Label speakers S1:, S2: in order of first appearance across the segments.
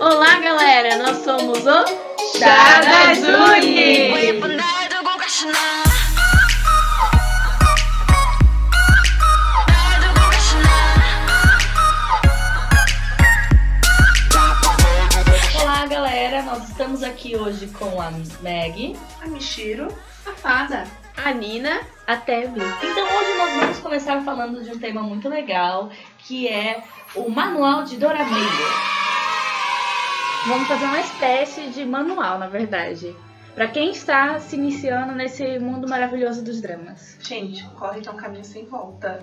S1: Olá, galera! Nós somos o
S2: Shadazuni!
S1: Olá, galera! Nós estamos aqui hoje com a Meg,
S2: A Michiro, a fada.
S1: a Nina, a Teb. Então hoje nós vamos começar falando de um tema muito legal, que é o Manual de Dorameiro.
S3: Vamos fazer uma espécie de manual, na verdade. Pra quem está se iniciando nesse mundo maravilhoso dos dramas.
S2: Gente, corre que é um caminho sem volta.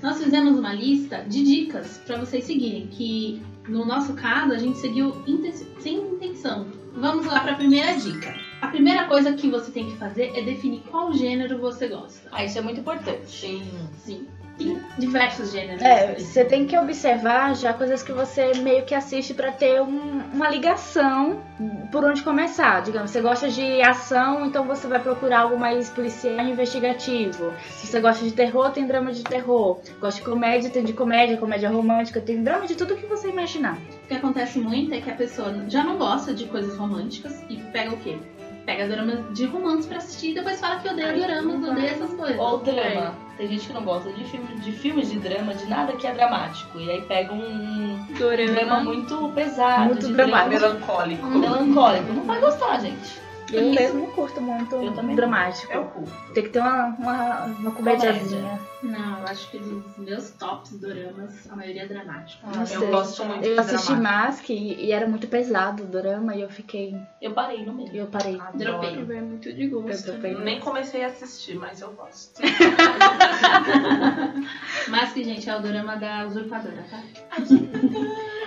S4: Nós fizemos uma lista de dicas pra vocês seguirem, que no nosso caso a gente seguiu inten- sem intenção. Vamos lá pra primeira dica. A primeira coisa que você tem que fazer é definir qual gênero você gosta.
S1: Ah, isso é muito importante.
S2: Sim.
S4: Sim, tem diversos gêneros.
S3: É, você tem que observar já coisas que você meio que assiste pra ter um- uma ligação por onde começar. Digamos, você gosta de ação, então você vai procurar algo mais policial e investigativo. Se você gosta de terror, tem drama de terror. Gosta de comédia, tem de comédia, comédia romântica, tem drama de tudo que você imaginar.
S4: O que acontece muito é que a pessoa já não gosta de coisas românticas e pega o quê? Pega doramas de romance pra assistir e depois fala que odeia doramas, odeia essas coisas.
S1: Ou drama. Tem gente que não gosta de, filme, de filmes de drama, de nada que é dramático. E aí pega um drama muito pesado,
S3: Muito
S1: de
S5: Tá
S3: dramático.
S2: Melancólico.
S1: drama melancólico. Não vai gostar, gente.
S3: Eu
S4: Isso.
S3: mesmo curto muito
S1: Eu também não.
S3: dramático.
S2: É o cu.
S3: Tem que ter uma, uma, uma comediazinha.
S4: Não, eu acho que dos meus tops doramas, a maioria é dramática.
S1: Ah,
S3: Não sei.
S2: Eu gosto muito
S3: Eu
S2: de
S3: assisti
S2: dramático.
S3: Mask e, e era muito pesado o drama e eu fiquei.
S1: Eu parei no meio.
S3: E eu parei.
S4: Dropei.
S2: Adoro.
S5: Vai é muito de gosto.
S3: Eu também.
S2: Nem comecei a assistir, mas eu gosto.
S4: Mas que, gente, é o drama da usurpadora, tá?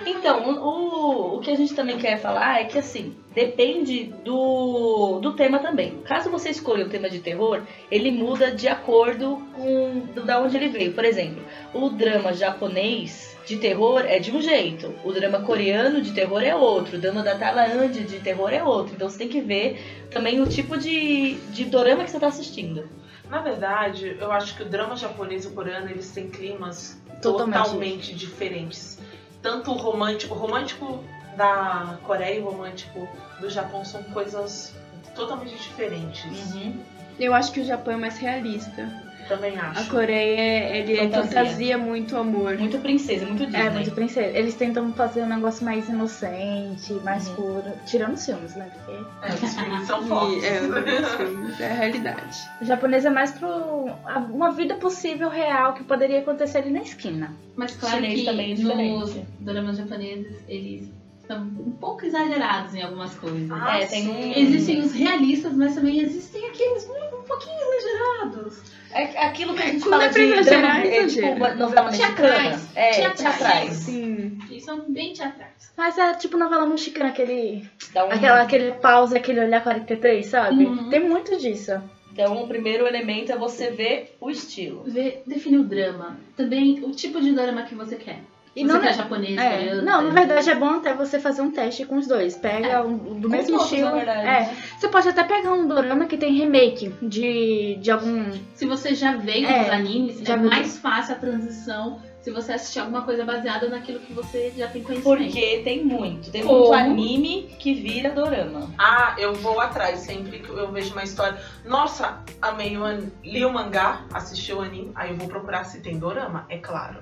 S1: Então, o, o que a gente também quer falar é que, assim, depende do, do tema também. Caso você escolha um tema de terror, ele muda de acordo com do- da onde ele veio. Por exemplo, o drama japonês de terror é de um jeito, o drama coreano de terror é outro, o drama da Tailândia de terror é outro. Então você tem que ver também o tipo de, de dorama que você tá assistindo.
S2: Na verdade, eu acho que o drama japonês e o coreano, eles têm climas
S3: Totalmente.
S2: totalmente, diferentes. Tanto o romântico, o romântico da Coreia e o romântico do Japão são coisas totalmente diferentes.
S5: Uhum.
S3: Uhum.
S5: Eu acho que o Japão é mais realista.
S2: Também
S5: A
S2: acho.
S5: Coreia, ele é
S1: Fantasia.
S5: fantasia, muito amor.
S1: Muito princesa, muito Disney.
S3: É, muito princesa. Eles tentam fazer um negócio mais inocente, mais
S1: Uhum.
S3: puro. Tirando os filmes, né? Porque
S2: É, os filmes são
S5: E
S2: fortes.
S5: é, eu também gosto muito, é a realidade.
S3: o japonês é mais pro. a- uma vida possível, real, que poderia acontecer ali na esquina.
S4: Mas claro
S1: Chinês
S4: que
S1: também é
S4: nos
S1: diferente.
S4: dramas japoneses, eles são um pouco exagerados em algumas coisas.
S2: Ah,
S1: É, tem
S2: sim.
S1: um-
S4: Existem os realistas, mas também existem aqueles um, um pouquinho exagerados.
S1: É aquilo que a gente
S5: Quando
S1: fala
S5: é pra
S1: de
S5: exagerar,
S1: drama, é
S5: exagera.
S1: tipo novela mexicana.
S4: atrás,
S1: É,
S4: te
S1: te
S4: atrás.
S1: atrás.
S5: Sim.
S4: Eles são bem teatrais.
S3: Mas é tipo novela mexicana, aquele,
S1: Dá um-
S3: aquela, aquele pausa, aquele olhar 43, sabe?
S4: Uhum.
S3: Tem muito disso.
S1: Então, o primeiro elemento é você ver o estilo.
S4: Vê, define o drama. Também o tipo de drama que você quer.
S3: E
S4: você
S3: não,
S4: quer japonês,
S3: É, Não,
S4: coreano, né?
S3: na
S4: tailandês?
S3: verdade é bom até você fazer um teste com os dois. Pega um, do
S1: Com
S3: mesmo
S1: todos,
S3: estilo.
S1: na verdade,
S3: é.
S1: né?
S3: Você pode até pegar um dorama que tem remake de, de algum.
S4: Se você já veio
S3: É,
S4: dos animes,
S3: já
S4: é
S3: veio.
S4: mais fácil a transição se você assistir alguma coisa baseada naquilo que você já tem conhecimento.
S1: Porque tem muito. Tem
S4: Como?
S1: muito anime que vira dorama.
S2: Ah, eu vou atrás sempre que eu vejo uma história. Nossa, amei o an... li o mangá, assisti o anime, aí eu vou procurar se tem dorama, é claro.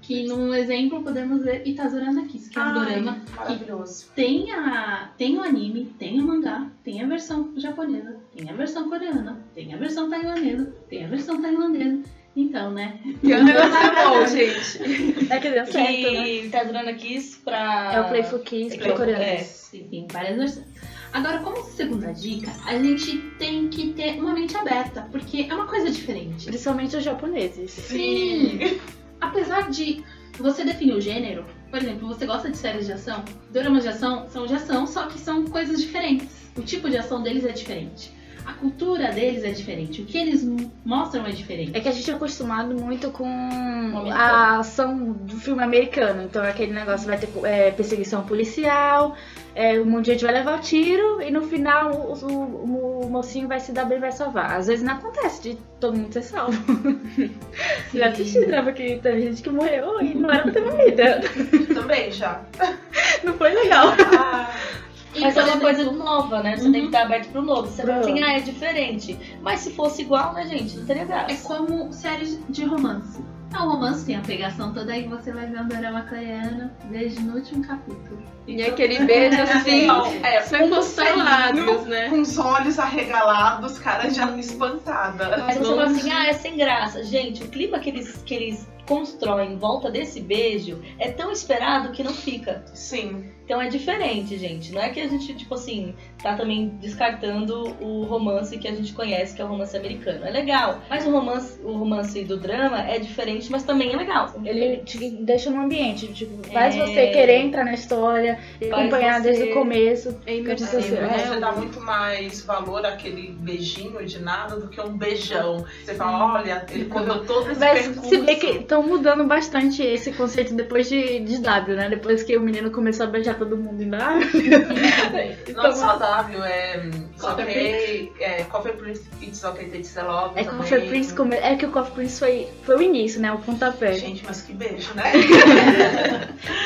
S4: Que num exemplo podemos ver Itazurana Kiss, que é um dorama
S2: Maravilhoso.
S4: Tem, a, tem o anime, tem o mangá, tem a versão japonesa, tem a versão coreana, tem a versão tailandesa, tem a versão tailandesa. Então, né?
S5: E é um negócio bom, gente.
S3: É que deu certo, né?
S1: que tá durando aqui pra...
S3: É o Playful Kiss
S1: é
S3: pro coreano.
S1: é.
S4: Tem, tem várias versões. Agora, como segunda dica, a gente tem que ter uma mente aberta, porque é uma coisa diferente.
S3: Principalmente os japoneses.
S4: Sim! Apesar de você definir o gênero, por exemplo, você gosta de séries de ação, doramas de ação são de ação, só que são coisas diferentes. O tipo de ação deles é diferente. A cultura deles é diferente. O que eles m- mostram é diferente.
S3: É que a gente é acostumado muito com
S1: americano.
S3: a ação do filme americano. Então aquele negócio vai ter é, perseguição policial, é, um monte de gente vai levar tiro e no final o, o- o mocinho vai se dar bem e vai salvar. Às vezes não acontece de todo mundo ser salvo. Já assisti drama que teve gente que morreu e não era pra ter morrido.
S2: Também também já.
S5: Não foi legal.
S2: Ah,
S4: E,
S1: Mas
S4: por
S1: é uma
S4: exemplo,
S1: coisa nova, né? Você tem que
S4: Uhum.
S1: estar aberto pro novo. Você fala
S5: Pro-
S1: assim, ah, é diferente. Mas se fosse igual, né, gente? Não teria
S4: É
S1: graça.
S4: como série de romance. É um romance, tem a pegação toda aí, você vai ver um dorama coreano desde no último capítulo.
S5: E aquele beijo assim,
S2: não, é,
S5: só encosta os lábios, né?
S2: com os olhos arregalados, cara já espantada.
S1: Mas você fala assim, ah, é sem graça. Gente, o clima que eles, que eles constroem em volta desse beijo é tão esperado que não fica.
S2: Sim,
S1: Então é diferente, gente. Não é que a gente, tipo assim, tá também descartando o romance que a gente conhece, que é o romance americano. É legal. Mas o romance, o romance do drama é diferente, mas também é legal.
S3: Ele te deixa no ambiente, tipo, faz
S1: É.
S3: você querer entrar na história,
S1: Faz
S3: acompanhar
S1: você-
S3: desde o começo.
S5: É
S3: Você-
S2: sim
S5: imersivo.
S2: você dá muito mais valor àquele beijinho de nada do que um beijão. Você fala, olha, ele correu todo esse
S3: Mas
S2: percurso.
S3: se bem que estão mudando bastante esse conceito depois de, de W, né? Depois que o menino começou a beijar todo mundo em W.
S2: Não
S3: Então,
S2: saudável, é. It's
S4: Coffee
S2: okay. É, Coffee Prince, It's okay, take it love.
S3: é que o Coffee Prince come... É que o Coffee Prince foi, foi o início, né? O pontapé.
S2: Gente, mas que beijo, né?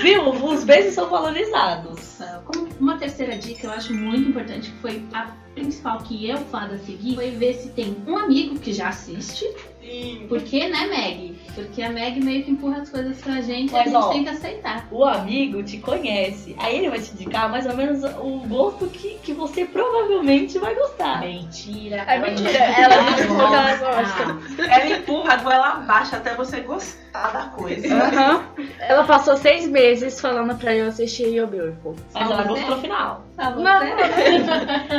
S1: Viu? Os beijos são valorizados.
S4: Ah, Como uma terceira dica, eu acho muito importante, que foi a principal que eu, fada, segui, foi ver se tem um amigo que já assiste.
S2: E
S4: Por que, né, Meg? Porque a Meg meio que empurra as coisas pra gente e a
S1: Mas,
S4: gente
S1: ó,
S4: tem que aceitar.
S1: O amigo te conhece. Aí ele vai te indicar mais ou menos o gosto que, que você provavelmente vai gostar.
S4: Mentira.
S3: É mentira, ela disse que ela gosta.
S4: Ah,
S2: ela empurra, agora ela abaixa até você gostar da coisa.
S3: Aham. Ela passou seis meses falando pra eu assistir Your Beautiful.
S1: Mas ela gostou no final.
S4: Tá bom,
S3: Não.
S4: né?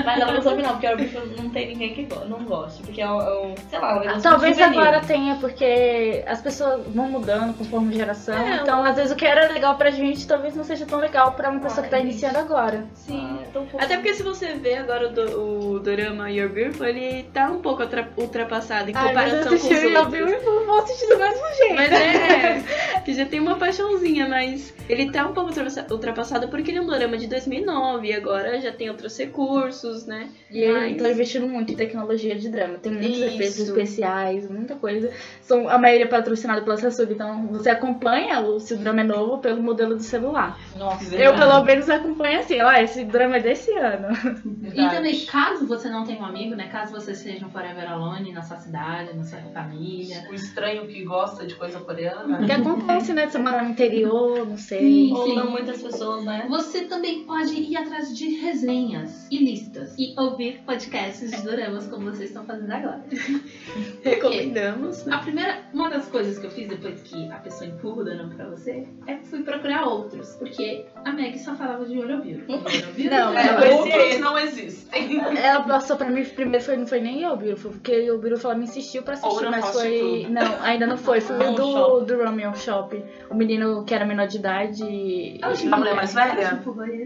S1: Mas ela gostou no final, porque a Orbifa não tem ninguém que go- não goste. Porque é um, é um- sei lá, um negócio
S3: Talvez
S1: juvenil.
S3: agora tenha, porque as pessoas vão mudando conforme geração.
S5: É,
S3: então, às vezes o que era legal pra gente, talvez não seja tão legal pra uma pessoa que tá
S4: Ai,
S3: iniciando agora.
S1: Sim, é tão fofo.
S5: Até porque se você vê agora o, do, o dorama Your Beautiful, ele tá um pouco atra- ultrapassado em comparação com os outros.
S3: Beautiful, vou assistir do mesmo jeito.
S5: Mas é, que já tem uma paixãozinha, mas ele tá um pouco ultrapassa- ultrapassado porque ele é um dorama de 2009 e agora já tem outros recursos, né?
S3: E eles
S5: Mas-
S3: estão investindo muito em tecnologia de drama. Tem muitos
S5: Isso.
S3: efeitos especiais, muita coisa. São, a maioria é patrocinada pela Samsung, então você acompanha o, se o drama é novo pelo modelo do celular.
S1: Nossa,
S3: Eu, pelo menos, acompanho assim, ó, esse drama é desse ano.
S4: E também, caso você não tenha um amigo, né? Caso você seja um forever alone na sua cidade, na sua família.
S2: O estranho que gosta de coisa coreana.
S3: O que acontece, né? Você morar no interior, não sei.
S4: Sim,
S1: Ou
S4: sim.
S1: não
S5: Então,
S1: muitas pessoas, né?
S4: Você também pode ir atrás de resenhas e listas e ouvir podcasts de doramas como vocês estão fazendo agora.
S5: Recomendamos.
S4: A primeira, uma das coisas que eu fiz depois que a pessoa empurra o dorama pra você é que fui procurar outros, porque a Meg só falava de Yorobiro.
S3: Não,
S2: É,
S3: não.
S2: outros não existem.
S3: Ela passou pra mim, primeiro foi, não foi nem o Beautiful, porque o Beautiful ela me insistiu pra assistir,
S2: Ouro
S3: mas
S2: House
S3: foi.
S2: Club.
S3: Não, ainda não foi. Foi
S1: Não,
S3: o do, do Romeo Shop. O menino que era menor de idade. e-
S2: A mulher mais velha?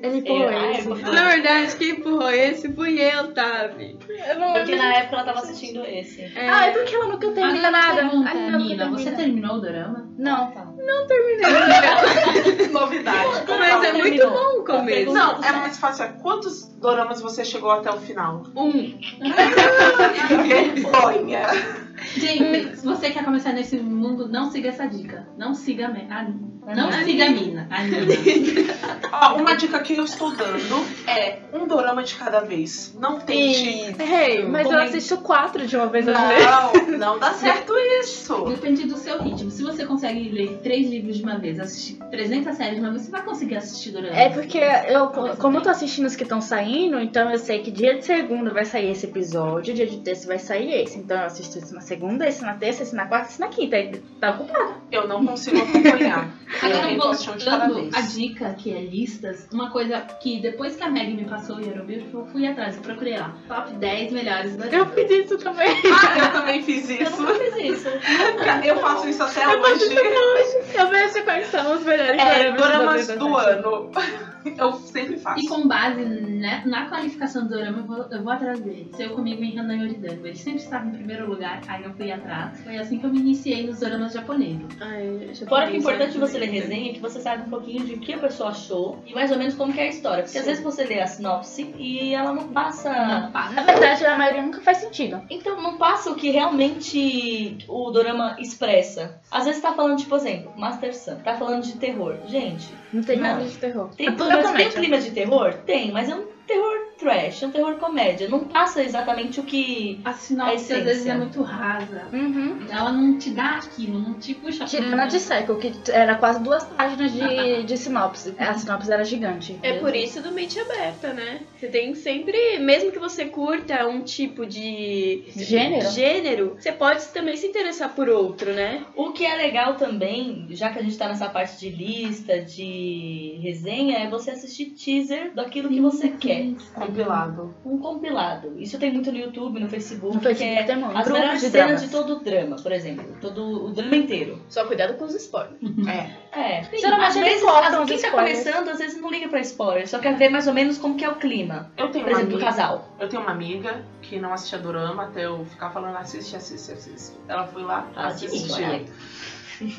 S3: Ele
S1: Eu-
S3: pulou
S1: ah,
S3: esse.
S1: eu-
S5: Na verdade, quem empurrou esse fui eu, Tavi.
S3: Eu não
S1: Porque
S3: lembro.
S1: na época ela tava assistindo esse. né?
S5: É,
S3: Ah, é porque ela nunca termina nada.
S4: Pergunta,
S3: Ai,
S4: Nina,
S3: ela nunca
S4: você
S3: termina.
S4: terminou o dorama?
S3: Não.
S1: Tá.
S2: Novidade.
S5: mas é muito bom o começo.
S2: Não, é mais fácil. É quantos doramas você chegou até o final?
S5: Um.
S2: Vergonha.
S3: Hum.
S4: Gente, se você quer começar nesse mundo, não siga essa dica. Não siga a, Me- a- não
S1: Nina.
S4: siga a Nina. A Nina.
S2: Ó, uma dica que eu estou dando é um dorama de cada vez. Não tente.
S3: Hey, mas
S1: Como
S3: ela
S1: é?
S3: assistiu quatro de uma vez às vezes.
S2: Não, não dá certo isso.
S4: Depende do seu ritmo. Se você consegue ler três livros de uma vez, assistir 300 séries de uma vez, você vai conseguir assistir dorama.
S3: É porque eu, como eu tô assistindo os que estão saindo, então eu sei que dia de segunda vai sair esse episódio, dia de terça vai sair esse. Então eu assisto esse na segunda, esse na terça, esse na quarta, esse na quinta. Aí Tá ocupado.
S2: Eu não consigo acompanhar.
S4: Agora
S2: Eu
S4: eu vou
S2: gosto de cada
S4: dando
S2: vez.
S4: a dica que é listas, uma coisa que depois que a Meg me passou o Eurobeat, eu fui atrás, eu procurei lá. Top 10 melhores da
S3: Eu fiz isso também.
S2: Ah, eu também fiz
S1: Eu
S2: isso.
S1: nunca fiz isso.
S2: Eu faço isso até hoje.
S3: Eu vejo quais são os melhores
S2: É,
S3: programas
S2: doramas
S3: da
S2: do
S3: vida.
S2: ano. Eu sempre
S4: E
S2: faço.
S4: com base né, na qualificação do dorama, eu vou, eu vou atrás dele. Seu comigo em Hanan Yoridango. Ele sempre estava em primeiro lugar, aí eu fui atrás. Foi assim que eu me iniciei nos doramas japoneses.
S5: Ai, já
S1: Fora que
S5: falei
S1: é importante
S5: isso,
S1: você ler
S5: né?
S1: resenha, é que você sabe um pouquinho de o que a pessoa achou e mais ou menos como que é a história. Porque às
S2: Sim.
S1: vezes você lê a sinopse e ela não passa.
S4: Não
S3: Na
S4: paga.
S3: verdade, a maioria nunca faz sentido.
S1: Então não passa o que realmente o dorama expressa. Às vezes tá falando, tipo exemplo, Master Sun, tá falando de terror. Gente,
S3: Não tem
S1: Não.
S3: nada de terror.
S1: Tem,
S3: É tudo
S1: mas tem
S3: comédia.
S1: clima de terror? Tem, mas é um terror trash, é um terror comédia. Não passa exatamente o que.
S4: A
S1: A
S4: sinopse
S1: essência.
S4: às vezes é muito rasa.
S3: Uhum.
S4: Ela não te dá aquilo, não te puxa
S3: Tirando a de Psycho, que era quase duas páginas de, de sinopse. A sinopse era gigante.
S5: É por isso do mente aberta, né? Você tem sempre, mesmo que você curta um tipo de
S3: De gênero?
S5: gênero, você pode também se interessar por outro, né?
S1: O que é legal também, já que a gente tá nessa parte de lista, de resenha, é você assistir teaser daquilo que você
S4: Uhum.
S1: quer.
S2: Compilado.
S1: Um compilado. Isso tem muito no YouTube, no Facebook,
S3: No Facebook
S1: que é
S3: tem muito.
S1: as
S3: Grupos
S1: melhores
S3: de
S1: cenas
S3: dramas.
S1: de todo o drama, por exemplo. Todo o drama inteiro.
S5: Só cuidado com os spoilers.
S3: É.
S1: É.
S3: Sim,
S1: Geralmente,
S3: mas
S1: às
S3: eles
S1: vezes,
S3: colocam
S1: as-
S3: os
S1: quem tá
S3: spoilers.
S1: começando, às vezes não liga pra spoiler, só quer ver mais ou menos como que é o clima.
S2: Eu tenho
S1: Por
S2: uma
S1: exemplo, do
S2: amiga.
S1: casal.
S2: Eu tenho uma amiga que não assistia Dorama até eu ficar falando assiste, assiste, assiste. Ela foi lá
S1: Ah, que
S2: assistir.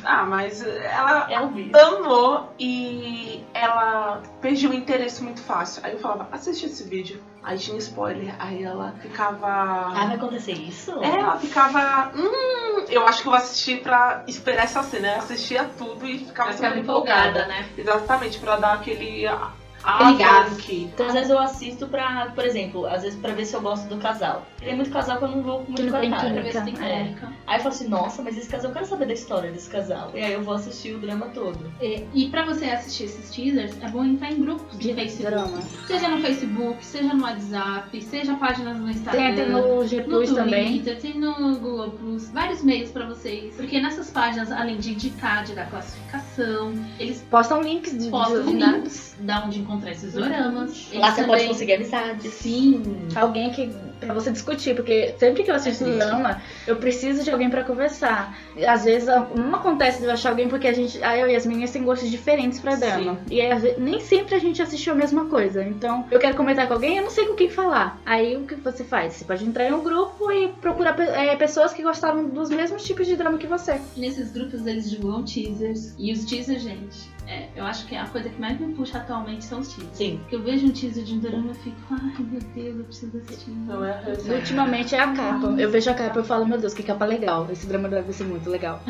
S2: Ah, mas ela
S1: É o vídeo.
S2: amou e ela perdeu o interesse muito fácil. Aí eu falava, assiste esse vídeo. Aí tinha spoiler. Aí ela
S1: Ah,
S2: ficava.
S1: vai acontecer isso?
S2: É, ela ficava. Hum, eu acho que eu vou assistir pra esperar essa cena. Eu assistia tudo e ficava
S4: Ela ficava
S2: super
S4: empolgada, né?
S2: Exatamente, pra dar aquele. ah,
S4: Aquele
S2: aquele-
S1: Então, Às vezes eu assisto pra, por exemplo, às vezes pra ver se eu gosto do casal. Tem muito casal que eu não vou muito
S3: Que não
S1: com a
S3: tem
S1: cara.
S4: Pra ver se tem
S1: É.
S4: química.
S1: Aí eu falo assim, nossa, mas esse casal, eu quero saber da história desse casal. E aí eu vou assistir o drama todo.
S4: E, e pra você assistir esses teasers, é bom entrar em grupos de Facebook.
S3: drama.
S4: Seja no Facebook, seja no WhatsApp, seja páginas no
S3: Tem até
S4: Instagram.
S3: no G
S4: No
S3: Plus
S4: Twitter,
S3: também.
S4: tem no Google Plus, vários meios pra vocês. Porque nessas páginas, além de indicar, de dar classificação, eles
S3: Postam links um de,
S4: postam
S3: de-
S4: links da onde encontrar esses doramas.
S1: Lá
S4: Eles
S1: você pode
S4: também-
S1: conseguir amizade.
S4: Sim.
S3: alguém que pra você discutir, porque sempre que eu assisto
S1: É triste.
S3: drama, eu preciso de alguém pra conversar. E, Às vezes a- não acontece de eu achar alguém porque a gente, ah, eu e as meninas têm gostos diferentes pra drama. E aí, às ve- nem sempre a gente assistiu a mesma coisa. Então, eu quero comentar com alguém, eu não sei com quem falar. Aí o que você faz? Você pode entrar em um grupo e procurar pe- eh, pessoas que gostaram dos mesmos tipos de drama que você.
S4: Nesses grupos eles divulgam teasers. E os teasers, gente, é, eu acho que a coisa que mais me puxa atualmente são os teasers.
S1: Sim.
S4: Porque eu vejo um teaser de um dorama e eu fico, ai meu Deus, eu preciso assistir.
S2: Não é
S3: E, Ultimamente é a capa. Eu vejo a capa e falo, meu Deus, que capa legal. Esse drama deve ser muito legal.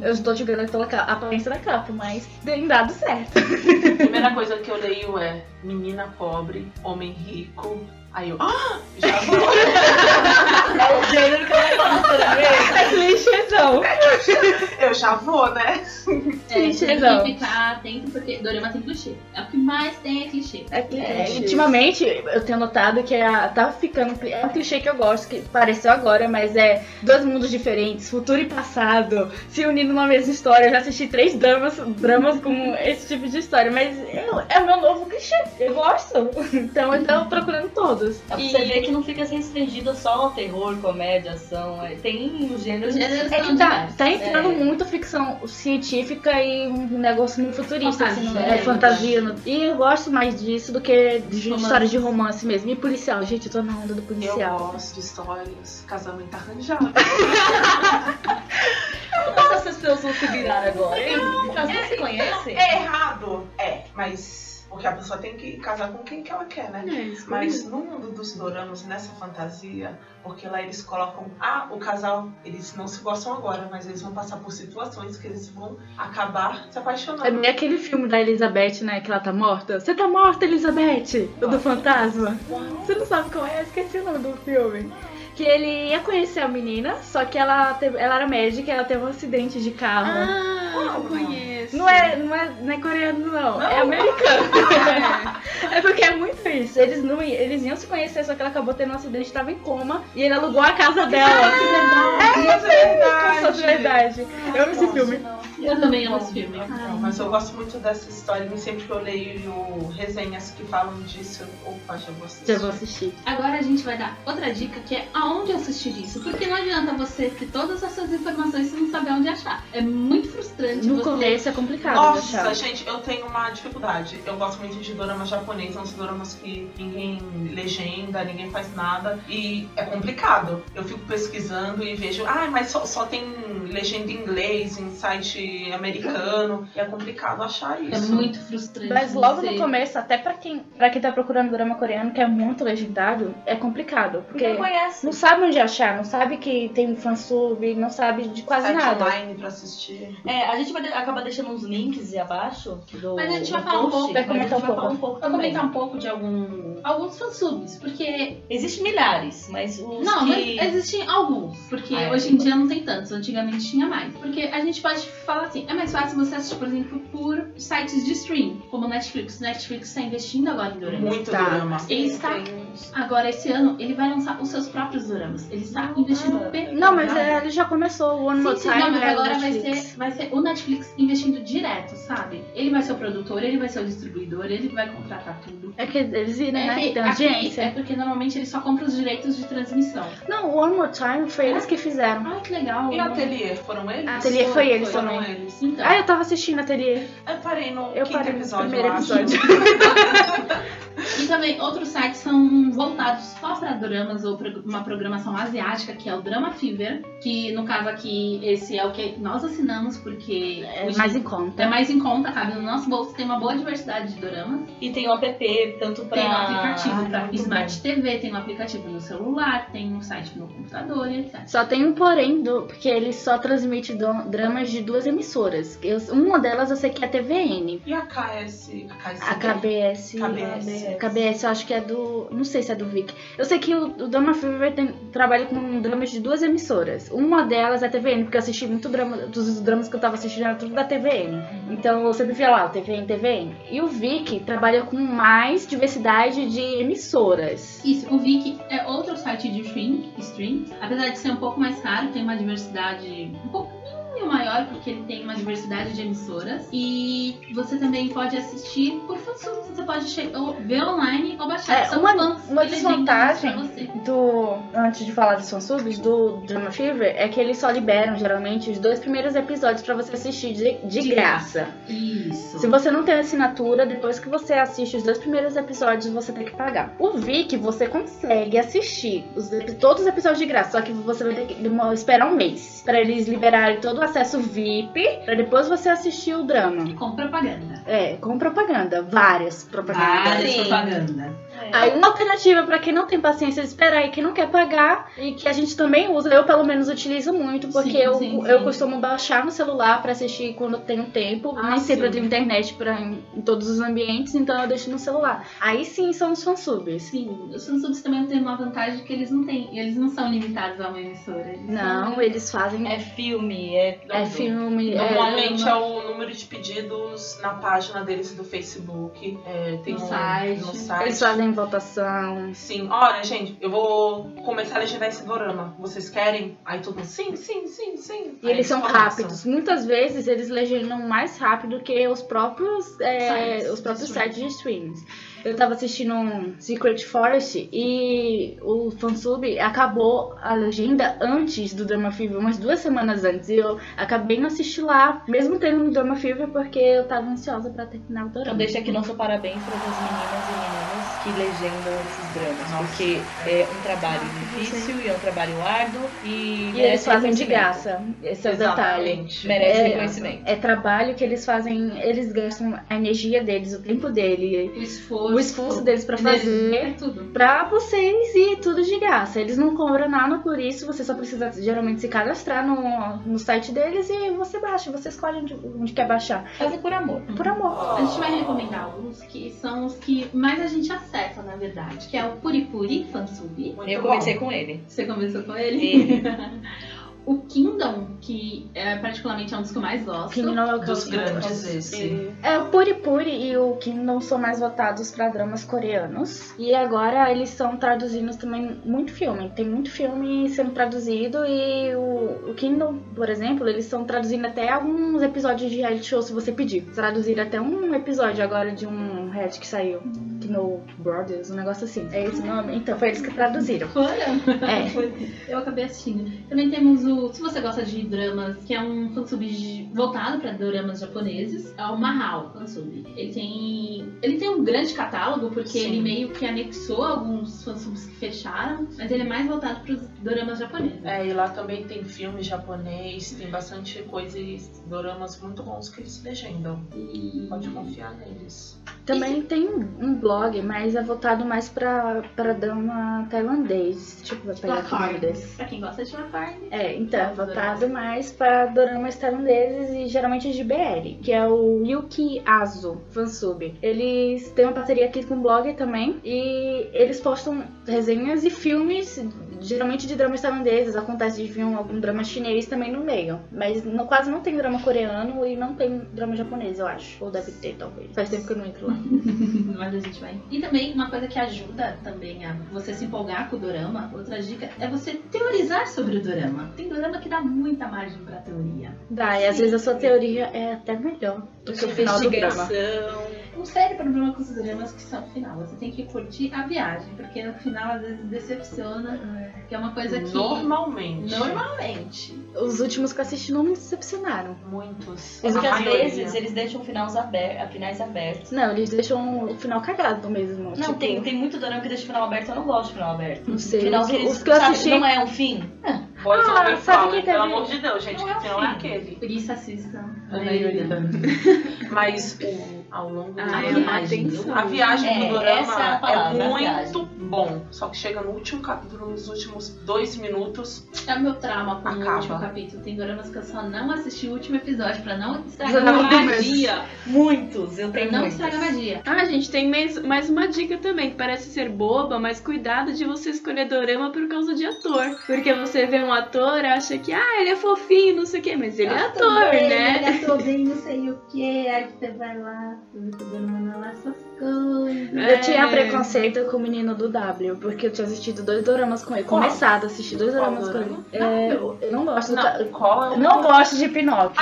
S3: eu estou jogando pela ca- aparência da capa, mas tem dado certo.
S2: Primeira coisa que eu leio é menina pobre, homem rico. Aí eu. Ah! Já vou.
S1: É o gênero que ela gosta, né?
S3: É clichêzão.
S2: eu já vou, né?
S4: É,
S3: Clichê,
S4: tem
S3: não.
S4: que ficar atento porque dorama tem clichê. É o que mais tem é clichê.
S3: É clichê.
S5: É,
S3: ultimamente, eu tenho notado que a, tá ficando. cli- É um clichê que eu gosto, que apareceu agora, mas é dois mundos diferentes, futuro e passado, se unindo numa mesma história. Eu já assisti três dramas, dramas com esse tipo de história, mas eu- é o meu novo clichê. Eu gosto. Então eu tô procurando todos.
S1: É Pra você ver que não fica restringida só ao terror, comédia, ação. é- Tem um gênero
S4: Os
S1: de...
S4: gêneros
S3: É
S4: são
S3: que tá,
S4: diversos.
S3: tá entrando
S1: É.
S3: muito ficção científica e um negócio meio futurista,
S4: Fantasia,
S3: assim, né?
S4: né?
S3: É, fantasia. no- E eu gosto mais disso do que de
S4: Romance.
S3: história de romance mesmo. E policial, gente, eu tô na onda do
S2: Eu
S3: policial.
S2: gosto de histórias, casamento arranjado.
S1: Como essas pessoas vão se virar agora?
S4: É,
S1: hein? Elas não se conhecem?
S2: É errado? É, mas. Porque a pessoa tem que casar com quem que ela quer, né?
S5: É,
S2: Mas no mundo dos doramas, nessa fantasia, porque lá eles colocam. Ah, o casal, eles não se gostam agora, mas eles vão passar por situações que eles vão acabar se
S3: É
S2: apaixonando.
S3: nem aquele filme da Elizabeth, né? Que ela tá morta. Você tá morta, Elizabeth! O do fantasma. Você não sabe qual é? Esqueci o nome do filme. Que ele ia conhecer a menina, só que ela, teve- ela era médica e ela teve um acidente de carro.
S5: Ah, eu conheço.
S3: Não é, não, é, não é coreano, não. É americano. é porque é muito isso. Eles, não, iam- eles iam se conhecer, só que ela acabou tendo um acidente, tava em coma. E ele alugou a casa dela. Assim, né,
S2: Mas
S3: Com sua
S2: é
S3: Ah, verdade. Eu amo esse filme.
S4: Eu também amo esse filme.
S2: Não, mas eu gosto muito dessa história e sempre que eu leio resenhas que falam disso, eu opa, já vou assistir.
S3: Já vou assistir.
S4: Agora a gente vai dar outra dica que é aonde assistir isso. Porque não adianta você ter todas essas informações se não saber onde achar. É muito frustrante
S3: No
S4: você.
S3: começo é complicado,
S2: Nossa,
S3: achar.
S2: gente, eu tenho uma dificuldade. Eu gosto muito de dorama japonês, são os doramas que ninguém legenda, ninguém faz nada. E é complicado. Eu fico pesquisando e vejo, ah, mas só, só tem legenda em inglês, em site de americano. E é complicado achar
S4: É
S2: isso.
S4: muito frustrante.
S3: Mas logo
S4: você-
S3: no começo, até pra quem, pra quem tá procurando drama coreano, que é muito legendado, é complicado. Porque
S1: Não conhece.
S3: não é. sabe onde achar, não sabe que tem fansub, não sabe de quase
S2: Site
S3: nada.
S2: online pra assistir.
S1: É, a gente vai de- acabar deixando uns links aí abaixo do.
S4: Mas a gente vai
S1: do
S4: falar um
S1: post, mas
S4: pouco,
S3: vai
S1: a gente
S3: comentar um
S1: vai falar
S3: pouco.
S1: um pouco
S4: Vou
S1: também.
S4: comentar um pouco de algum, alguns fansubs, porque.
S1: Existem milhares, mas os
S4: não,
S1: que...
S4: mas é- existem alguns, porque
S1: Ah, é.
S4: hoje em dia não tem tantos, antigamente tinha mais. Porque a gente pode falar assim: é mais fácil você assistir, por exemplo, por sites de stream, como Netflix. Netflix está investindo agora em Dorama.
S2: Muito
S3: Tá.
S2: drama.
S4: Ele está. Agora, esse ano, ele vai lançar os seus próprios doramas. Ele está investindo
S1: Ah.
S4: pesado.
S3: Não, mas é, ele já começou o One
S4: Sim,
S3: More
S4: sim,
S3: Time.
S4: não, mas
S3: é
S4: agora vai
S3: Netflix.
S4: ser, vai ser o Netflix investindo direto, sabe? Ele vai ser o produtor, ele vai ser o distribuidor, ele que vai contratar tudo.
S3: É que eles viram, né?
S4: que
S3: Que tem
S4: aqui
S3: audiência.
S4: é porque normalmente ele só compra os direitos de transmissão.
S3: Não, o One More Time foi eles que fizeram.
S4: Ai, que legal.
S2: E o Ateliê, foram eles?
S4: Ah,
S3: Ateliê foi eles
S4: foi,
S2: foram
S3: também.
S2: eles.
S4: Então,
S3: Ah, eu tava assistindo Ateliê.
S2: Eu parei no
S3: Eu
S2: quinto
S3: parei no
S2: episódio,
S3: primeiro
S2: eu acho.
S3: episódio.
S4: E também outros sites são voltados só pra dramas ou pra uma programação asiática, que é o Drama Fever, que no caso aqui esse é o que nós assinamos porque
S3: É
S4: hoje
S3: mais em conta.
S4: é mais em conta, cabe no nosso bolso, tem uma boa diversidade de doramas.
S1: E tem o app, tanto pra.
S4: Tem um aplicativo
S2: Ah,
S4: pra
S2: muito
S4: Smart TV, tem um aplicativo no celular, tem um site no computador e etc.
S3: Só tem um porém, do, porque ele só transmite do- dramas de duas emissoras. Eu- uma delas eu sei que é a TVN.
S2: E a KS? A KS?
S3: A KBS.
S2: KBS.
S3: KBS, eu acho que é do. Não sei se é do Vic. Eu sei que o, o Drama Fever tem- trabalha com dramas de duas emissoras. Uma delas é a TVN, porque eu assisti muito drama. Dos dramas que eu tava assistindo era tudo da TVN. Então eu sempre via lá, TVN, TVN. E o Vic trabalha com mais diversidade de emissoras.
S4: Isso, o Viki é outro site de stream, stream. Apesar de ser um pouco mais caro, tem uma diversidade um pouquinho maior, porque ele tem uma diversidade de emissoras. E você também pode assistir por fansub. Você pode che- ou ver online ou baixar.
S3: É,
S4: São
S3: uma-
S4: fãs
S3: uma
S4: que legendam
S3: desvantagem-
S4: pra você.
S3: do. Antes de falar dos fansubs, do Drama Fever, é que eles só liberam geralmente os dois primeiros episódios pra você assistir de, de
S4: De
S3: graça.
S4: Isso.
S3: Se você não tem assinatura, depois que você assiste os dois primeiros episódios, você tem que pagar. O Vic, você consegue assistir os epi- todos os episódios de graça, só que você vai ter que demo- esperar um mês Pra eles liberarem todo o acesso VIP, pra depois você assistir o drama.
S4: Com propaganda.
S3: É, com propaganda, várias propagandas.
S4: Várias
S5: Sim.
S4: propagandas.
S1: É.
S3: Aí uma alternativa pra quem não tem paciência de esperar e quem não quer pagar e que a gente também usa, eu pelo menos utilizo muito, porque
S4: Sim,
S3: eu,
S4: sim,
S3: eu
S4: sim.
S3: costumo baixar no celular pra assistir quando eu tenho tempo,
S4: Ah,
S3: nem sempre eu
S4: sim.
S3: tenho internet para em, em todos os ambientes, então eu deixo no celular. Aí sim são os fansubs.
S4: Sim, os fansubs também têm uma vantagem que eles não têm. Eles não são limitados a uma emissora. Eles são- um
S3: Não, eles fazem
S1: É filme, é.
S3: é filme, é,
S2: Normalmente é o número de pedidos na página deles do Facebook. é, tem
S4: No
S2: um-
S4: site.
S2: no site.
S3: eles fazem votação.
S2: Sim, olha, gente, eu vou começar a legendar esse dorama. Vocês querem? Aí todo mundo, sim, sim, sim, sim.
S3: E
S2: Aí
S3: eles são
S2: começam.
S3: rápidos. Muitas vezes eles legendam mais rápido que os próprios, é,
S4: Sites
S3: os
S4: de
S3: próprios
S4: streaming.
S3: sites de streams. Eu tava assistindo um Secret Forest e o fansub acabou a legenda antes do Drama Fever, umas duas semanas antes. E eu acabei não assistir lá, mesmo tendo no Drama Fever, porque eu tava ansiosa pra terminar o
S1: Então
S3: Drama.
S1: deixa aqui nosso parabéns para as meninas e meninos que legendam esses dramas,
S2: Nossa.
S1: porque é um trabalho
S3: Nossa,
S1: difícil e é um trabalho árduo e,
S3: E
S1: merece
S3: eles fazem de
S1: reconhecimento.
S3: graça. Esse é o detalhe.
S2: Exatamente.
S1: Merece
S3: É.
S1: reconhecimento.
S3: É trabalho que eles fazem, eles gastam a energia deles, o tempo dele,
S4: O esforço.
S3: o esforço deles pra
S4: deles,
S3: fazer.
S4: É tudo.
S3: pra vocês e tudo de graça. Eles não cobram nada por isso, você só precisa geralmente se cadastrar no, no site deles e você baixa, você escolhe onde, onde quer baixar.
S1: Fazem por amor.
S3: Por amor.
S4: A gente vai recomendar alguns que são os que mais a gente acessa, na verdade, que é o Puripuri Fansub.
S2: Muito
S1: Eu
S2: bom.
S1: comecei com ele.
S4: Você começou com ele?
S1: Ele.
S4: o Kingdom, que é, particularmente é um dos que eu mais gosto.
S3: King no Local.
S2: Dos grandes, esse.
S4: assim.
S3: É, o Puri Puri e o Kingdom são mais votados pra dramas coreanos. E agora eles estão traduzindo também muito filme. Tem muito filme sendo traduzido e o, o Kingdom, por exemplo, eles estão traduzindo até alguns episódios de reality show se você pedir. Traduziram até um episódio agora de um reality que saiu. Que no Brothers, um negócio assim. É esse o nome? Então foi eles que traduziram.
S4: Olha,
S3: É.
S4: eu acabei assistindo. Também temos o, se você gosta de dramas, que é um fansub de- voltado pra dramas japoneses, é o Mahal Fansub. Ele tem, ele tem um um grande catálogo, porque
S1: Sim.
S4: ele meio que anexou alguns fansubs que fecharam, mas ele é mais voltado para os doramas japoneses.
S2: É, e lá também tem filme japonês, tem bastante coisa e doramas muito bons que eles legendam.
S4: E-
S2: Pode confiar neles.
S3: Também tem um um blog, mas é voltado mais pra, pra dama tailandês. Tipo, vai pegar aqui o nome desse.
S4: Lacarnes, pra quem gosta de lacarnes.
S3: É, então, é
S4: Pra
S3: voltado mais pra doramas tailandeses e geralmente de BL, que é o Yuki Azu Fansub. Eles têm uma parceria aqui com o blog também e eles postam resenhas e filmes, geralmente de dramas tailandeses. Acontece de vir um- algum drama chinês também no meio, mas no, quase não tem drama coreano e não tem drama japonês, eu acho. Ou deve ter, talvez. Faz tempo que eu não entro lá.
S4: Mas a gente vai. E também uma coisa que ajuda também a você se empolgar com o dorama, outra dica é você teorizar sobre o dorama. Tem dorama que dá muita margem pra teoria.
S3: Dá, e às vezes a sua teoria é até melhor do que o final do drama.
S4: Um sério problema com os dramas que são o final. Você tem que curtir a viagem, porque no final às vezes decepciona, que é uma coisa que
S2: Normalmente.
S4: normalmente.
S3: Os últimos que eu assisti não me decepcionaram.
S2: Muitos.
S1: Porque
S2: A
S1: às
S2: maioria.
S1: vezes eles deixam finais, aber... finais abertos.
S3: Não, eles deixam o final cagado mesmo.
S1: Não,
S3: tipo,
S1: tem, tem muito dorama que deixa o final aberto, eu não gosto de final aberto.
S3: Não sei.
S1: Final
S3: os,
S1: que eles,
S3: os que eu
S1: sabe,
S3: assisti.
S1: não é um fim.
S2: Boys
S3: Ah,
S2: Over
S3: sabe
S2: Fallen,
S3: quem
S2: pelo
S3: teve-
S2: amor de Deus, gente,
S4: Não
S2: que
S4: é o
S2: final é
S4: fim.
S2: aquele.
S4: Por isso assistam.
S2: Ana Yolanda. Mas o, ao longo da
S5: Ah,
S4: é uma
S2: viagem,
S5: tensão.
S2: a viagem
S1: É,
S2: do dorama
S1: essa é a
S2: é,
S1: palavra,
S2: muito
S1: viagem.
S2: bom. Só que chega no último capítulo, nos últimos dois minutos,
S4: É o meu trauma com o
S2: Acaba.
S4: último capítulo. Tem doramas que eu só não assisti o último episódio pra não estragar a
S3: Exatamente.
S4: magia.
S1: Muitos, eu
S4: Pra
S1: tenho
S4: não
S1: muitos.
S4: estragar a magia.
S5: Ah, gente, tem mais, mais uma dica também, que parece ser boba, mas cuidado de você escolher dorama por causa de ator. Porque você vê um ator, acha que, ah, ele é fofinho, não sei o quê, mas ele é ator, né?
S4: Tô bem, é não sei o que. Aí você vai lá, você dorama é lá suas coisas.
S3: Eu tinha
S5: É.
S3: preconceito com o menino do W, porque eu tinha assistido dois doramas com ele.
S2: Qual?
S3: Começado a assistir dois
S2: Qual
S3: doramas com ele.
S2: dorama?
S3: É, eu eu não gosto do.
S2: não,
S3: ta-
S2: qual é o
S3: Não gosto de Pinóquio.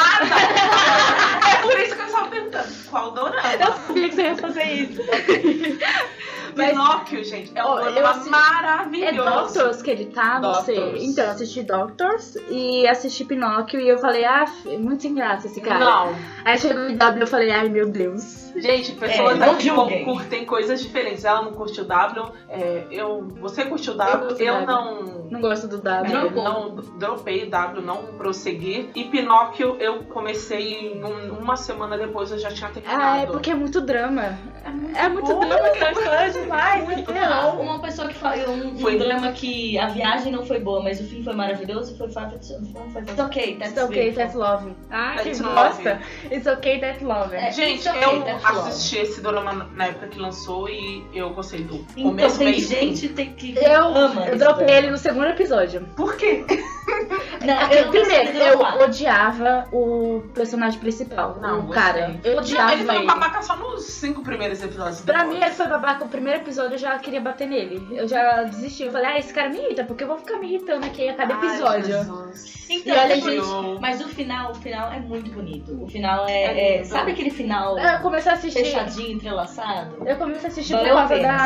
S2: É por isso que eu estava perguntando, qual dorama?
S3: sabia que você ia fazer isso. mas-
S2: Pinóquio, gente, é um
S3: Ó, eu
S2: dorama
S3: assisti- É
S2: maravilhoso.
S3: Doctors que ele tá, não sei.
S2: Doctors.
S3: Então, eu assisti Doctors e assisti Pinóquio e eu falei, ah, é muito sem graça esse cara.
S2: Não,
S3: Aí chegou o W e eu falei, ai meu Deus.
S2: gente, pessoas
S1: É, não
S2: aqui
S1: julguem.
S2: curtem coisas diferentes. Ela não curtiu W, é, eu, você curtiu W,
S3: curto W.
S2: eu, não,
S3: Não gosto do W.
S2: não, não dropei W, não prossegui. E Pinóquio eu comecei em um- uma semana depois, eu já tinha terminado.
S3: Ah, é porque é muito drama. É muito
S2: Porra,
S3: drama,
S2: que é demais,
S1: Muito
S2: muito
S3: né?
S1: não,
S2: bom.
S1: uma pessoa que falou um, um
S2: Foi.
S1: drama que a viagem não foi boa, mas o fim foi maravilhoso, foi Fato de foi It's ok, that's
S3: It's okay,
S1: beautiful.
S3: that's love. Ah, que
S2: That's
S3: bosta. It's okay, that's love.
S1: É,
S2: Gente,
S1: it's okay,
S2: eu
S1: that's love.
S2: assisti esse dorama na época que lançou e eu gostei do
S1: Então
S2: começo,
S1: tem
S2: meio e fim.
S1: gente tem que
S3: Eu,
S1: ama.
S3: eu
S1: esse
S3: dropei
S1: drama.
S3: ele no segundo episódio.
S2: Por quê?
S1: Não, eu
S3: Eu,
S1: não
S3: primeiro,
S1: consegui
S3: eu
S1: dropar.
S3: odiava o personagem principal,
S2: Não,
S3: o cara. Eu
S2: Não,
S3: odiava
S2: ele foi um
S3: ele.
S2: babaca só nos cinco primeiros episódios.
S3: Pra
S2: Depois.
S3: mim, é ele foi babaca. O primeiro episódio eu já queria bater nele. Eu já desisti. Eu falei, ah, esse cara me irrita, porque eu vou ficar me irritando aqui a cada
S2: Ai,
S3: episódio.
S2: Jesus.
S1: Então,
S3: E olha,
S1: gente,
S2: gente-
S1: mas o final, o final é muito bonito. O final é,
S2: É
S1: é-
S2: lindo.
S1: sabe aquele final
S3: É, eu comecei a assistir.
S1: fechadinho, entrelaçado?
S3: Eu comecei a assistir
S1: Valeu
S3: por
S1: a
S3: causa
S1: pena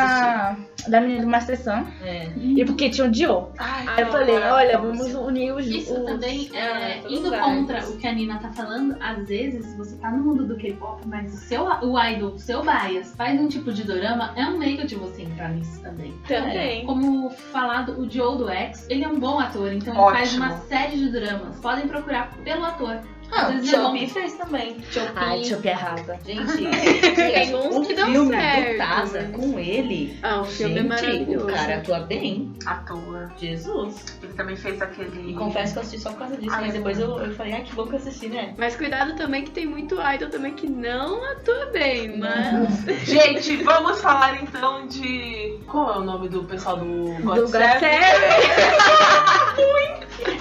S3: da, da menina do Master Sun.
S1: É.
S3: E porque tinha o Joe.
S2: Ai,
S3: Aí eu falei,
S2: não,
S3: olha,
S2: não.
S3: vamos unir os
S4: Isso
S3: os-
S4: também, é,
S1: Ah, todos
S4: indo
S1: os
S4: contra o que a Nina tá falando, às vezes você tá no mundo do K-pop, mas o seu o idol, o seu bias, faz um tipo de dorama, é um meio de você entrar nisso também. É,
S5: Também.
S4: Como falado, o Joe do X, ele é um bom ator, então ele
S2: Ótimo.
S4: faz uma série de dramas. Podem procurar pelo ator.
S1: Ah,
S4: Às
S1: o
S4: vezes é
S1: Chopi fez também. Chopi.
S3: Ai, Chopi arrasa.
S1: Gente,
S5: Tem uns
S1: o
S5: que dão
S1: filme
S5: certo,
S1: do Taza com ele.
S5: Ah, o filme é
S1: gente,
S5: maravilhoso.
S1: o cara atua bem.
S2: Ator.
S1: Jesus.
S2: Ele também fez
S1: E
S2: aquele.
S1: confesso que eu assisti só por causa disso,
S2: Ai,
S1: mas depois eu,
S2: mano.
S1: eu falei, ah, que bom que eu assisti, né?
S5: Mas cuidado também que tem muito idol também que não atua bem, mas...
S2: Gente, vamos falar então de. Qual é o nome do pessoal do God
S3: Do
S2: Seven?
S3: Gotsev.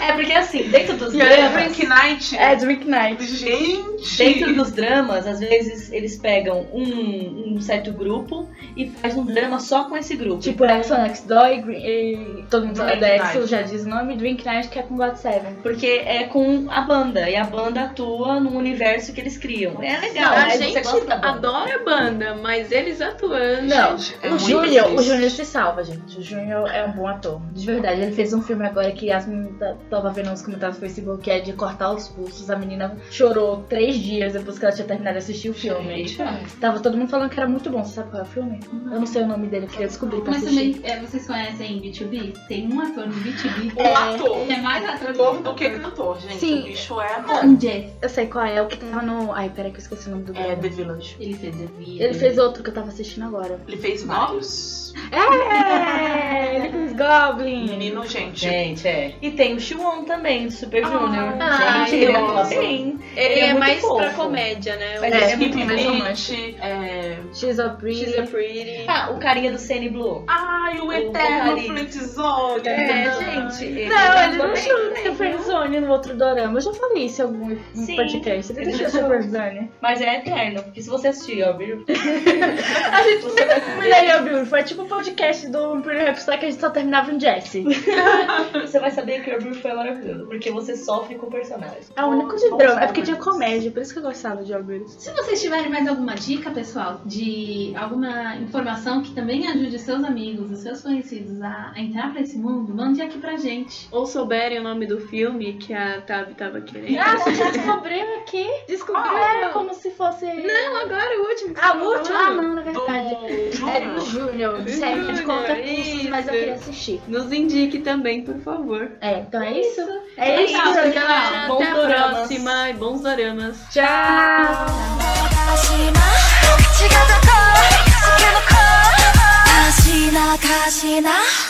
S1: É porque assim, dentro dos
S2: E olha,
S1: dramas.
S2: Frank Knight.
S3: É, Drink Night.
S2: Gente.
S1: Dentro dos dramas, às vezes eles pegam um, um certo grupo e faz um drama só com esse grupo.
S3: Tipo, Exo Next Door e, Green- e todo mundo fala
S2: Drink
S3: da Exo,
S2: Night.
S3: já diz o nome, Drink Night, que é com Bot Seven.
S1: Porque é com a banda, e a banda atua no universo que eles criam. É legal,
S5: a
S1: né? Você
S5: gente
S1: gosta da banda.
S5: adora a banda, mas eles atuando.
S3: Não,
S2: Gente, é
S3: o
S2: muito
S3: Júnior, o
S2: triste.
S3: Júnior se salva, gente. O Júnior é um bom ator. De verdade, ele fez um filme agora que as meninas tá, tava vendo uns comentários no Facebook que é de cortar os pulsos. A menina chorou três dias depois que ela tinha terminado de assistir o
S2: É
S3: filme. É.
S1: Gente, ah,
S3: Tava todo mundo falando que era muito bom. Você sabe qual é o filme? Eu não sei o nome dele, eu queria descobrir pra
S4: Mas
S3: assistir.
S4: também, é, vocês conhecem B2B? Tem um ator no B2B
S2: O ator.
S4: que é mais ator
S2: Ator do que cantor, gente.
S3: Sim.
S2: O bicho é ator.
S4: Não, Jeff.
S3: Eu sei qual é, o que tava no... Ai, peraí que eu esqueci o nome do
S2: É
S3: dele.
S2: The Village.
S4: Ele fez The Vida.
S3: Ele fez outro que eu tava assistindo agora.
S2: Ele fez vários.
S3: É, ele fez Goblin.
S2: Menino, gente.
S1: Gente, é. E tem o Shiwon também, do Super
S5: Ah,
S1: Junior.
S5: ai,
S1: gente, ele
S2: eu
S1: atua
S2: amo.
S1: bem.
S5: Ele é,
S1: é muito
S5: mais
S1: fofo.
S5: pra comédia, né?
S1: Mas
S5: o
S1: ele é
S2: Skip
S1: muito mais
S2: Beat,
S1: romântico.
S2: é,
S3: She's a Pretty.
S5: She's a Pretty.
S1: Ah, o carinha do Sunny Blue.
S2: Ai, o
S1: Eterno
S2: eterno Flitzone.
S1: É, gente. ele
S3: Não, né? ele
S1: atua
S3: não
S1: bem
S3: chama
S1: também.
S3: Superzone no outro dorama. Eu já falei isso em algum
S1: Sim.
S3: podcast. Ele
S1: Ele
S3: deixou
S1: deixou.
S3: Superzone.
S1: Mas é eterno, porque se você assistir, ó, viu?
S3: Millennial Beauty foi tipo o podcast do Imperial Rapstar que a gente só terminava em Jesse.
S1: Você vai saber que o Orbill foi maravilhoso, porque você sofre com o personagem.
S3: É o único de drama. É porque tinha comédia, por isso que eu gostava de Albert.
S4: Se vocês tiverem mais alguma dica, pessoal, de alguma informação que também ajude os seus amigos, os seus conhecidos a, a entrar pra esse mundo, mande aqui pra gente.
S5: Ou souberem o nome do filme que a Tab tava querendo.
S3: Ah, você já descobriu aqui?
S5: Descobriu.
S3: Ah, é como se fosse...
S5: Não, agora o último. que
S3: Ah,
S5: você
S3: o
S5: tá
S3: último? Ah,
S5: falando.
S3: não, na verdade.
S2: Do
S3: Era do
S2: Júnior.
S3: Júnior, sério, de
S5: Júnior,
S3: conta custos,
S5: isso.
S3: mas eu queria assistir.
S5: Nos indique também, por favor.
S3: É, então é isso.
S4: É isso, galera.
S5: Até
S1: Bons
S5: a
S1: doramas.
S5: próxima e bons doramas.
S3: Tchau!
S6: 私の口がどこ好きの子かしなかしな